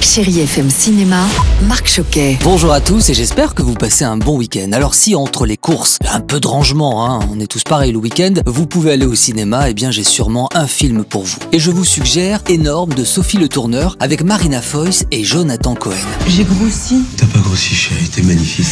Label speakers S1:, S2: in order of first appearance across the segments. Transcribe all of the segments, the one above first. S1: Chérie FM Cinéma, Marc Choquet.
S2: Bonjour à tous et j'espère que vous passez un bon week-end. Alors si entre les courses, un peu de rangement, hein, on est tous pareils le week-end, vous pouvez aller au cinéma, et bien j'ai sûrement un film pour vous. Et je vous suggère Énorme de Sophie Le Tourneur avec Marina Foïs et Jonathan Cohen.
S3: J'ai grossi.
S4: T'as pas grossi, chérie, t'es magnifique.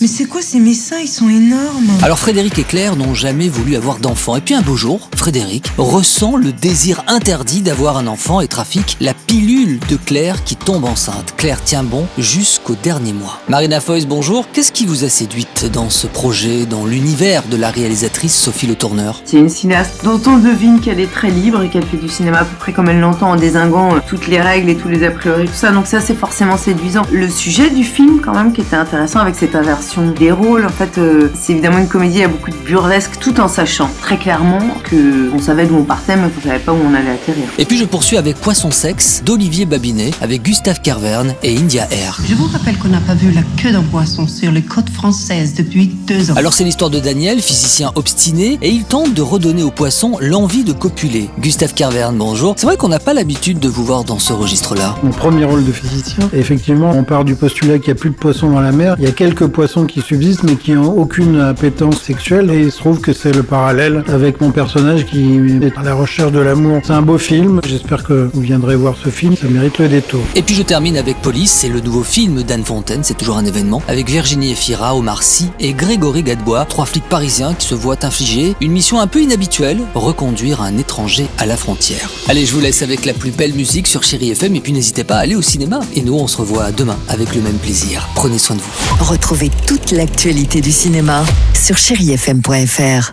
S3: Mais c'est quoi ces messins Ils sont énormes.
S2: Alors Frédéric et Claire n'ont jamais voulu avoir d'enfant. Et puis un beau jour, Frédéric ressent le désir interdit d'avoir un enfant et trafique la pilule de Claire qui tombe enceinte. Claire tient bon jusqu'au dernier mois. Marina Foïs, bonjour. Qu'est-ce qui vous a séduite dans ce projet, dans l'univers de la réalisatrice Sophie Le Tourneur
S5: C'est une cinéaste dont on devine qu'elle est très libre et qu'elle fait du cinéma à peu près comme elle l'entend en désinguant euh, toutes les règles et tous les a priori, tout ça. Donc ça, c'est forcément séduisant. Le sujet du film, quand même, qui était intéressant avec cette inversion des rôles, en fait, euh, c'est évidemment une comédie à beaucoup de burlesque, tout en sachant très clairement que on savait d'où on partait, mais qu'on savait pas où on allait atterrir.
S2: Et puis je poursuis avec Poisson Sexe d'Olivier Babinet, avec Gustave Carverne et India Air.
S6: Je vous rappelle qu'on n'a pas vu la queue d'un poisson sur les côtes françaises depuis deux ans.
S2: Alors c'est l'histoire de Daniel, physicien obstiné, et il tente de redonner aux poissons l'envie de copuler. Gustave Carverne, bonjour. C'est vrai qu'on n'a pas l'habitude de vous voir dans ce registre-là.
S7: Mon premier rôle de physicien, effectivement, on part du postulat qu'il n'y a plus de poissons dans la mer. Il y a quelques poissons qui subsistent, mais qui n'ont aucune appétence sexuelle. Et il se trouve que c'est le parallèle avec mon personnage qui est à la recherche de l'amour. C'est un beau film. J'espère que vous viendrez voir ce film. Ça mérite le détour.
S2: Et puis je termine avec Police, c'est le nouveau film d'Anne Fontaine, c'est toujours un événement, avec Virginie Efira, Omar Sy et Grégory Gadebois, trois flics parisiens qui se voient infliger une mission un peu inhabituelle, reconduire un étranger à la frontière. Allez, je vous laisse avec la plus belle musique sur Chéri FM et puis n'hésitez pas à aller au cinéma. Et nous, on se revoit demain avec le même plaisir. Prenez soin de vous.
S1: Retrouvez toute l'actualité du cinéma sur chérifm.fr.